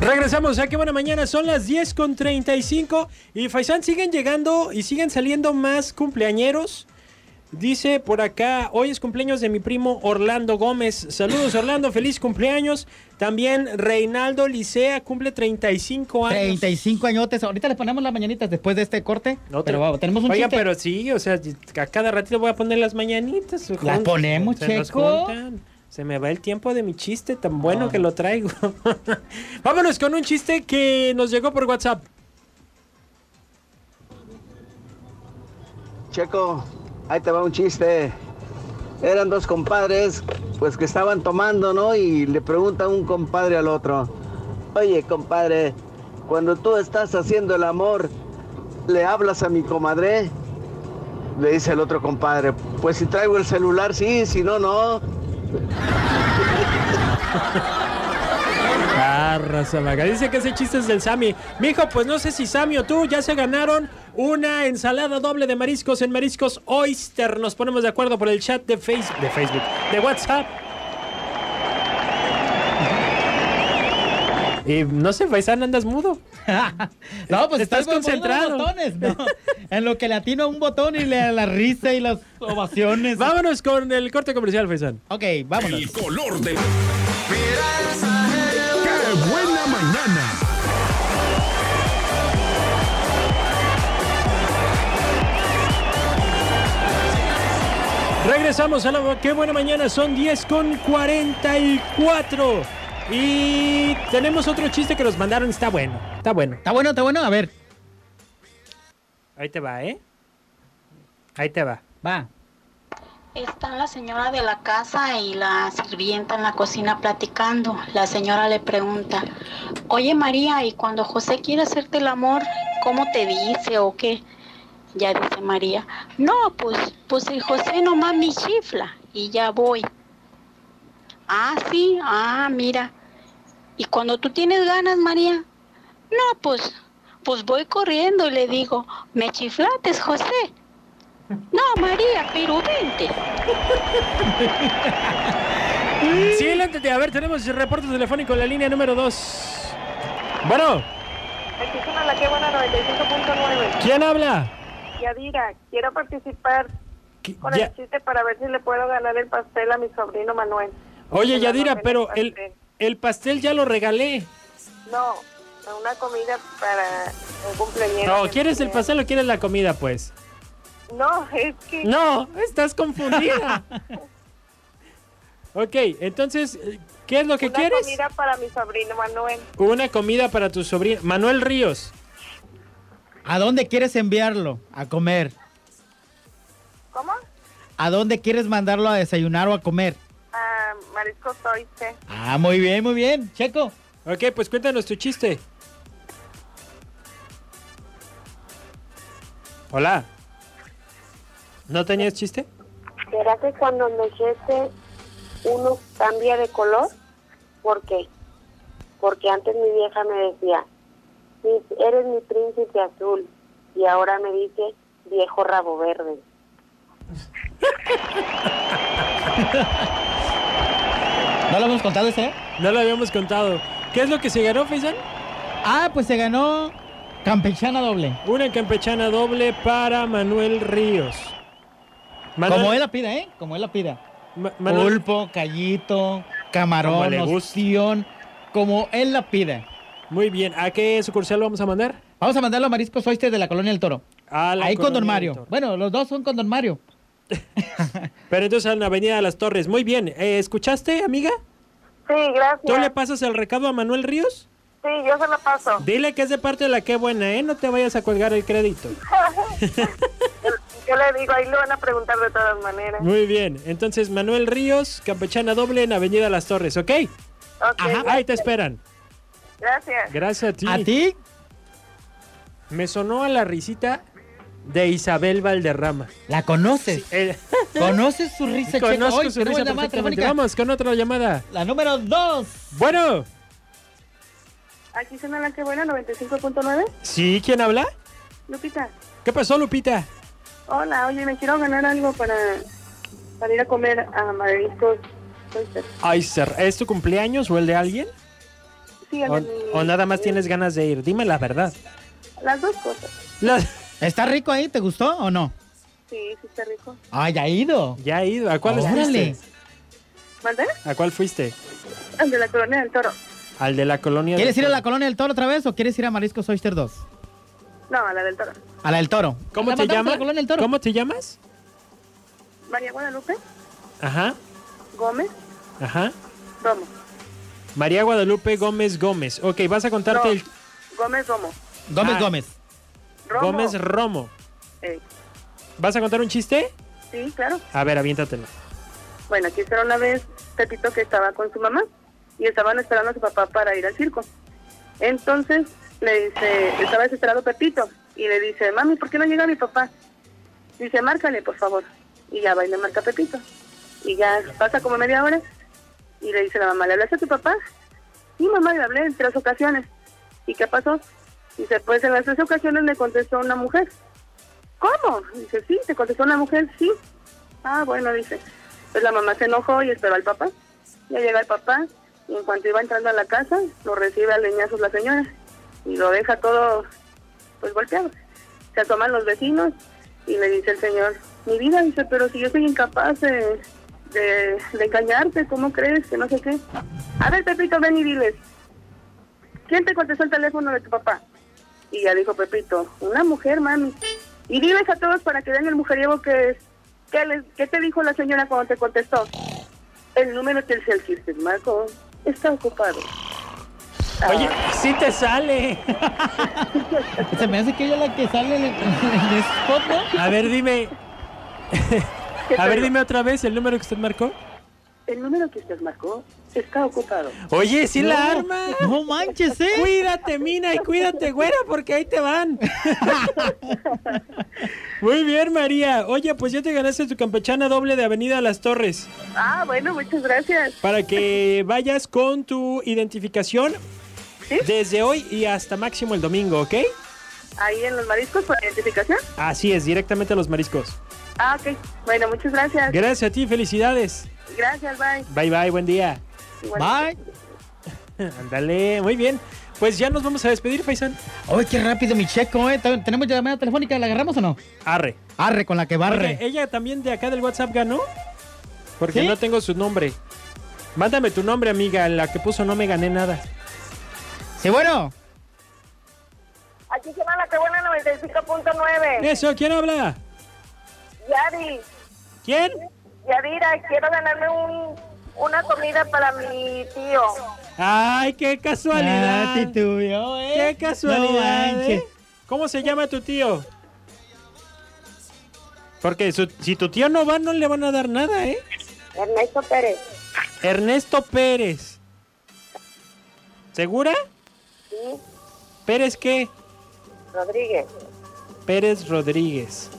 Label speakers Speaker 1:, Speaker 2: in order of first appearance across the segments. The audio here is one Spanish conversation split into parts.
Speaker 1: regresamos a qué buena mañana. Son las 10 con 35 y Faisán siguen llegando y siguen saliendo más cumpleañeros. Dice por acá, hoy es cumpleaños de mi primo Orlando Gómez. Saludos Orlando, feliz cumpleaños. También Reinaldo Licea cumple 35 años.
Speaker 2: 35 añotes. Ahorita les ponemos las mañanitas después de este corte.
Speaker 1: No te-
Speaker 2: pero vamos, tenemos un
Speaker 1: Oiga,
Speaker 2: chiste.
Speaker 1: pero sí, o sea, a cada ratito voy a poner las mañanitas.
Speaker 2: Las ponemos,
Speaker 1: Se nos
Speaker 2: Checo.
Speaker 1: juntan. Se me va el tiempo de mi chiste tan bueno
Speaker 2: No.
Speaker 1: que lo traigo. Vámonos con un chiste que nos llegó por WhatsApp.
Speaker 3: Checo, ahí te va un chiste. Eran dos compadres, pues que estaban tomando, ¿no? Y le pregunta un compadre al otro, oye, compadre, cuando tú estás haciendo el amor, ¿le hablas a mi comadre? Le dice el otro compadre, pues si traigo el celular, sí, si no, no.
Speaker 1: Ah, raza vaga. Dice que ese chiste es del Sammy. Mijo, pues no sé si Sammy o tú ya se ganaron una ensalada doble de mariscos en Mariscos Oyster. Nos ponemos de acuerdo por el chat de Facebook. De Facebook. De WhatsApp. Y no sé, Faisán, andas mudo.
Speaker 2: no, pues
Speaker 1: estás
Speaker 2: estoy poniendo los
Speaker 1: concentrado.
Speaker 2: botones, ¿no? en lo que le atino a un botón y le, la risa y las ovaciones.
Speaker 1: Vámonos con el corte comercial, Faisán.
Speaker 2: Ok, vámonos.
Speaker 4: El color de. ¡Qué buena mañana!
Speaker 1: Regresamos a la... ¡Qué buena mañana! Son 10 con 44. Y tenemos otro chiste que nos mandaron. Está bueno. Está bueno.
Speaker 2: Está bueno, está bueno. A ver,
Speaker 1: Ahí te va, ¿eh? Ahí te va.
Speaker 2: va.
Speaker 5: Están la señora de la casa y la sirvienta en la cocina platicando. La señora le pregunta, oye María, ¿y cuando José quiere hacerte el amor, cómo te dice o qué? Ya dice María, no, pues, pues el José nomás me chifla y ya voy. Ah, sí, ah, mira. ¿Y cuando tú tienes ganas, María? No, pues, pues voy corriendo y le digo, me chiflates, José. No, María, pero vente.
Speaker 1: Sí, lántate. A ver, tenemos reporte telefónico en la línea número 2. Bueno,
Speaker 6: Aquí suena la que buena 95.9.
Speaker 1: ¿quién habla?
Speaker 6: Yadira, quiero participar
Speaker 1: ¿Qui-
Speaker 6: con
Speaker 1: Ya-
Speaker 6: el chiste para ver si le puedo ganar el pastel a mi sobrino Manuel.
Speaker 1: Oye,
Speaker 6: Que la
Speaker 1: Yadira,
Speaker 6: novela
Speaker 1: pero el,
Speaker 6: pastel.
Speaker 1: el pastel ya lo regalé.
Speaker 6: No, no, una comida para un cumpleaños.
Speaker 1: No, ¿quieres el pastel o quieres la comida, pues?
Speaker 6: No, es que...
Speaker 1: No, estás confundida. ok, entonces, ¿qué es lo que
Speaker 6: una
Speaker 1: quieres?
Speaker 6: comida para mi sobrino Manuel.
Speaker 1: Una comida para tu sobrino. Manuel Ríos.
Speaker 2: ¿A dónde quieres enviarlo a comer?
Speaker 6: ¿Cómo?
Speaker 2: ¿A dónde quieres mandarlo a desayunar o a comer?
Speaker 6: Ah, marisco Toiste.
Speaker 2: Ah, muy bien, muy bien. Checo.
Speaker 1: Ok, pues cuéntanos tu chiste. Hola. ¿No tenías chiste?
Speaker 6: ¿Será que cuando anochece uno cambia de color? ¿Por qué? Porque antes mi vieja me decía, "Mi- eres mi príncipe azul, y ahora me dice viejo rabo verde.
Speaker 2: ¿No lo hemos contado ese? ¿eh?
Speaker 1: No lo habíamos contado. ¿Qué es lo que se ganó, Faisan?
Speaker 2: Ah, pues se ganó campechana doble.
Speaker 1: Una campechana doble para Manuel Ríos. Manuel,
Speaker 2: Como él la pida, ¿eh? Como él la pida.
Speaker 1: Ma- Manuel,
Speaker 2: Pulpo, callito,
Speaker 1: Como
Speaker 2: camarón,
Speaker 1: le gusta.
Speaker 2: ostión, como él la pida.
Speaker 1: muy bien. ¿A qué sucursal lo vamos a mandar?
Speaker 2: Vamos a mandarlo a Mariscos Oyster de la Colonia del Toro.
Speaker 1: A la
Speaker 2: Ahí con Don
Speaker 1: Colonia
Speaker 2: Mario.
Speaker 1: del Toro.
Speaker 2: Bueno, los dos son con Don Mario.
Speaker 1: Pero entonces en la Avenida de las Torres. Muy bien. Eh, ¿Escuchaste, amiga?
Speaker 6: Sí, gracias.
Speaker 1: ¿Tú le pasas el recado a Manuel Ríos?
Speaker 6: sí, yo se lo paso.
Speaker 1: Dile que es de parte de la que buena, ¿eh? No te vayas a colgar el crédito.
Speaker 6: Yo le digo, ahí lo van a preguntar de todas maneras.
Speaker 1: Muy bien, entonces Manuel Ríos, Campechana Doble en Avenida Las Torres, ¿ok?
Speaker 6: Ok,
Speaker 1: Ahí te esperan.
Speaker 6: gracias.
Speaker 1: Gracias a ti.
Speaker 2: ¿A ti?
Speaker 1: Me sonó a la risita de Isabel Valderrama.
Speaker 2: ¿La conoces?
Speaker 1: Eh,
Speaker 2: ¿Conoces su risa, Checo?
Speaker 1: conozco
Speaker 2: Hoy
Speaker 1: su
Speaker 2: tenemos
Speaker 1: risa
Speaker 2: llamada
Speaker 1: perfectamente.
Speaker 2: telefónica.
Speaker 1: Vamos con otra llamada.
Speaker 2: La número dos.
Speaker 1: Bueno,
Speaker 6: Aquí suena la que buena 95.9.
Speaker 1: ¿sí? ¿Quién habla?
Speaker 6: Lupita,
Speaker 1: ¿Qué pasó, Lupita?
Speaker 6: hola, oye, me quiero ganar algo para, para ir a comer a mariscos Toister.
Speaker 1: Ay, ser, ¿es tu cumpleaños o el de alguien?
Speaker 6: sí,
Speaker 1: O,
Speaker 6: ándale.
Speaker 1: o nada más tienes ganas de ir. Dime la verdad.
Speaker 6: Las dos cosas.
Speaker 1: Las-
Speaker 2: ¿Está rico ahí? ¿Te gustó o no?
Speaker 6: Sí, sí está rico.
Speaker 2: Ah, ya ha ido.
Speaker 1: Ya he ido. ¿A cuál este?
Speaker 2: Órale.
Speaker 1: fuiste?
Speaker 6: ¿Mande?
Speaker 1: ¿A cuál fuiste?
Speaker 6: El de la colonia del toro.
Speaker 1: Al de la colonia.
Speaker 2: ¿Quieres
Speaker 1: del-
Speaker 2: ir a la Colonia del Toro otra vez o quieres ir a Mariscos Oyster 2?
Speaker 6: No, la del toro.
Speaker 2: A la del Toro.
Speaker 1: ¿Cómo
Speaker 2: La
Speaker 1: te
Speaker 2: mandamos a
Speaker 1: llamas?
Speaker 2: La Colonia del Toro.
Speaker 1: ¿Cómo te llamas?
Speaker 6: María Guadalupe
Speaker 1: Ajá,
Speaker 6: Gómez
Speaker 1: ajá.
Speaker 6: Romo.
Speaker 1: María Guadalupe Gómez Gómez. Ok, vas a contarte
Speaker 6: No,
Speaker 1: el
Speaker 6: Gómez Romo.
Speaker 2: Gómez
Speaker 1: Ah.
Speaker 2: Gómez.
Speaker 6: Romo.
Speaker 1: Gómez Romo.
Speaker 6: Eh,
Speaker 1: ¿Vas a contar un chiste?
Speaker 6: sí, claro.
Speaker 1: A ver, aviéntatelo.
Speaker 6: Bueno, aquí era una vez Pepito que estaba con su mamá y estaban esperando a su papá para ir al circo. Entonces le dice, estaba desesperado Pepito y le dice, mami, ¿por qué no llega mi papá? Dice, márcale, por favor. Y ya va y le marca a Pepito. Y ya pasa como media hora y le dice la mamá, ¿le hablaste a tu papá? Sí, mamá, le hablé en tres ocasiones. ¿Y qué pasó? Dice, pues en las tres ocasiones me contestó una mujer. ¿Cómo? Dice, sí, te contestó una mujer, sí. Ah, bueno, dice. Pues la mamá se enojó y esperó al papá. Ya llega el papá y en cuanto iba entrando a la casa, lo recibe a leñazos la señora y lo deja todo, pues golpeado. Se asoman los vecinos y le dice el señor, mi vida, dice, pero si yo soy incapaz de, de, de engañarte, ¿cómo crees? Que no sé qué. A ver, Pepito, ven y diles, ¿quién te contestó el teléfono de tu papá? Y ya dijo Pepito, una mujer, mami. Y diles a todos para que vean el mujeriego que es. ¿Qué, les- qué te dijo la señora cuando te contestó? El número tercer que usted marcó está ocupado. Ah,
Speaker 1: Oye, sí te sale.
Speaker 2: Se me hace que ella es la que sale en el, en el spot, ¿no?
Speaker 1: A ver, dime.
Speaker 6: ¿qué
Speaker 1: A
Speaker 6: te
Speaker 1: ver,
Speaker 6: digo?
Speaker 1: dime otra vez el número que usted marcó.
Speaker 6: El número que usted marcó está ocupado.
Speaker 1: Oye, sí la
Speaker 2: No,
Speaker 1: arma.
Speaker 2: No manches, ¿eh?
Speaker 1: Cuídate, Mina, y cuídate, güera, porque ahí te van. Muy bien, María. Oye, pues ya te ganaste tu campechana doble de Avenida Las Torres.
Speaker 6: Ah, bueno, muchas gracias.
Speaker 1: Para que vayas con tu identificación
Speaker 6: ¿Sí?
Speaker 1: desde hoy y hasta máximo el domingo, ¿ok?
Speaker 6: Ahí en los mariscos por identificación.
Speaker 1: Así es, directamente a los mariscos.
Speaker 6: Ah, ok. Bueno, muchas gracias.
Speaker 1: Gracias a ti, felicidades.
Speaker 6: Gracias, bye.
Speaker 1: Bye, bye, buen día.
Speaker 6: Igualmente.
Speaker 2: Bye.
Speaker 1: Ándale, muy bien. Pues ya nos vamos a despedir, Faisán.
Speaker 2: Ay, qué rápido, mi checo, ¿eh? Te- ¿Tenemos llamada telefónica? ¿La agarramos o no?
Speaker 1: Arre.
Speaker 2: Arre, con la que
Speaker 1: Oye,
Speaker 2: barre.
Speaker 1: ella también de acá del WhatsApp ganó. Porque
Speaker 2: ¿Sí?
Speaker 1: no tengo su nombre. Mándame tu nombre, amiga. La que puso no me gané nada.
Speaker 2: Sí, bueno.
Speaker 6: Aquí se va la que buena 95.9.
Speaker 1: Eso, ¿quién habla?
Speaker 6: Yadi,
Speaker 1: ¿Quién?
Speaker 6: Yadira, quiero ganarme un, una comida para mi tío.
Speaker 1: Ay, qué
Speaker 2: Ah,
Speaker 1: casualidad.
Speaker 2: titubeó, ¿eh?
Speaker 1: Qué casualidad.
Speaker 2: No
Speaker 1: ¿eh?
Speaker 2: manches.
Speaker 1: ¿Cómo se llama tu tío? Porque su- si tu tío no va, no le van a dar nada, ¿eh?
Speaker 6: Ernesto Pérez.
Speaker 1: Ernesto Pérez. ¿Segura?
Speaker 6: Sí,
Speaker 1: ¿Pérez qué?
Speaker 6: Rodríguez.
Speaker 1: Pérez Rodríguez.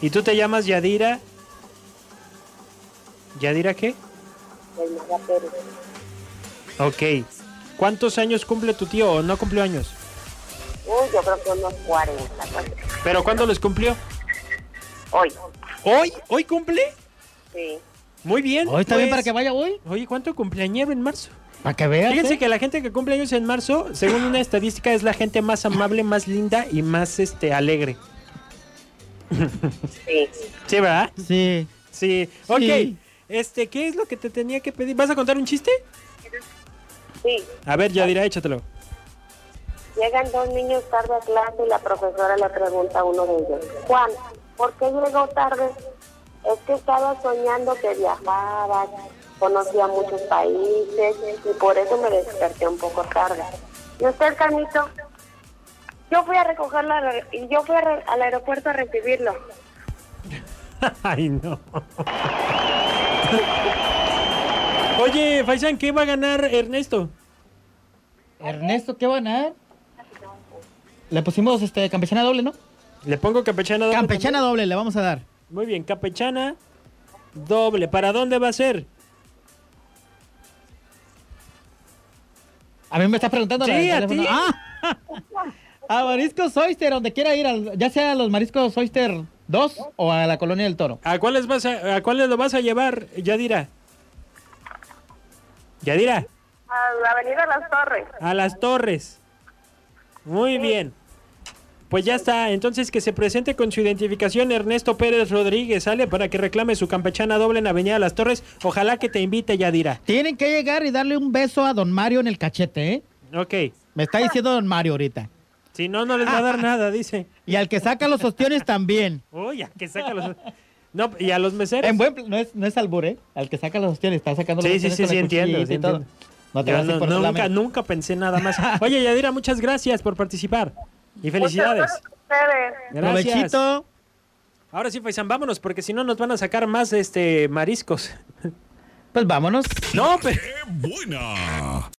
Speaker 1: ¿Y tú te llamas Yadira? ¿Yadira qué?
Speaker 6: Elmira Pérez.
Speaker 1: Ok. ¿Cuántos años cumple tu tío o no cumplió años?
Speaker 6: Uy, yo creo que unos 40. ¿no?
Speaker 1: ¿Pero cuándo los cumplió?
Speaker 6: Hoy,
Speaker 1: ¿Hoy? ¿Hoy cumple?
Speaker 6: sí.
Speaker 1: Muy bien.
Speaker 2: Hoy está bien para
Speaker 1: pues.
Speaker 2: que vaya hoy.
Speaker 1: Oye, ¿cuánto cumpleañero en marzo?
Speaker 2: Para que veas.
Speaker 1: Fíjense
Speaker 2: ¿eh?
Speaker 1: que la gente que cumple años en marzo, según una estadística, es la gente más amable, más linda y más este alegre.
Speaker 6: Sí.
Speaker 1: ¿Sí, verdad?
Speaker 2: Sí.
Speaker 1: Sí. Ok.
Speaker 2: Sí.
Speaker 1: Este, ¿qué es lo que te tenía que pedir? ¿Vas a contar un chiste?
Speaker 6: Sí.
Speaker 1: A ver, Yadira, échatelo.
Speaker 6: Llegan dos niños tarde a clase y la profesora le pregunta a uno de ellos, Juan, ¿por qué llegó tarde? Es que estaba soñando que viajaba, conocía muchos países y por eso me desperté un poco tarde. ¿Y usted, Carmito? Yo fui a recogerlo al- y yo fui a re- al aeropuerto a recibirlo.
Speaker 1: Ay, no. Oye, Faisán, ¿qué va a ganar Ernesto?
Speaker 2: Ernesto, ¿qué van a dar? Le pusimos este, campechana doble, ¿no?
Speaker 1: Le pongo campechana doble.
Speaker 2: Campechana doble le vamos a dar.
Speaker 1: también? Muy bien, campechana doble. ¿Para dónde va a ser?
Speaker 2: A mí me estás preguntando la
Speaker 1: Sí,
Speaker 2: del
Speaker 1: a
Speaker 2: teléfono.
Speaker 1: ti.
Speaker 2: Ah, a Mariscos Oyster, donde quiera ir, al- ya sea a los Mariscos Oyster 2 o a la Colonia del Toro.
Speaker 1: ¿A cuáles vas a, a cuáles lo vas a llevar, Yadira? Yadira,
Speaker 6: A la Ah, Avenida Las Torres.
Speaker 1: A las torres. Muy bien. Pues ya está. Entonces que se presente con su identificación Ernesto Pérez Rodríguez, ¿sale? Para que reclame su campechana doble en Avenida Las Torres. Ojalá que te invite, Yadira.
Speaker 2: Tienen que llegar y darle un beso a don Mario en el cachete, ¿eh?
Speaker 1: Ok.
Speaker 2: Me está diciendo don Mario ahorita.
Speaker 1: Si no, no les va a dar nada, dice.
Speaker 2: Y al que saca los ostiones también.
Speaker 1: Uy, a que saca los... No, y a los meseros.
Speaker 2: En buen pl- no es, no es albur, ¿eh? Al que saca los ostiones, está sacando los
Speaker 1: Sí, sí,
Speaker 2: ostiones
Speaker 1: sí,
Speaker 2: con la
Speaker 1: sí, entiendo,
Speaker 2: cuchillita
Speaker 1: sí,
Speaker 2: y todo.
Speaker 1: entiendo.
Speaker 2: No te
Speaker 1: Yo
Speaker 2: vas a
Speaker 1: no-
Speaker 2: ir por
Speaker 1: nunca,
Speaker 2: solamente-
Speaker 1: nunca pensé nada más. Oye, Yadira, muchas gracias por participar. Y felicidades.
Speaker 6: Muchas gracias a ustedes.
Speaker 1: Gracias.
Speaker 2: Provechito.
Speaker 1: Ahora sí, Faisan, vámonos, porque si no nos van a sacar más este mariscos.
Speaker 2: Pues vámonos.
Speaker 1: No, pero...
Speaker 4: ¡Qué buena!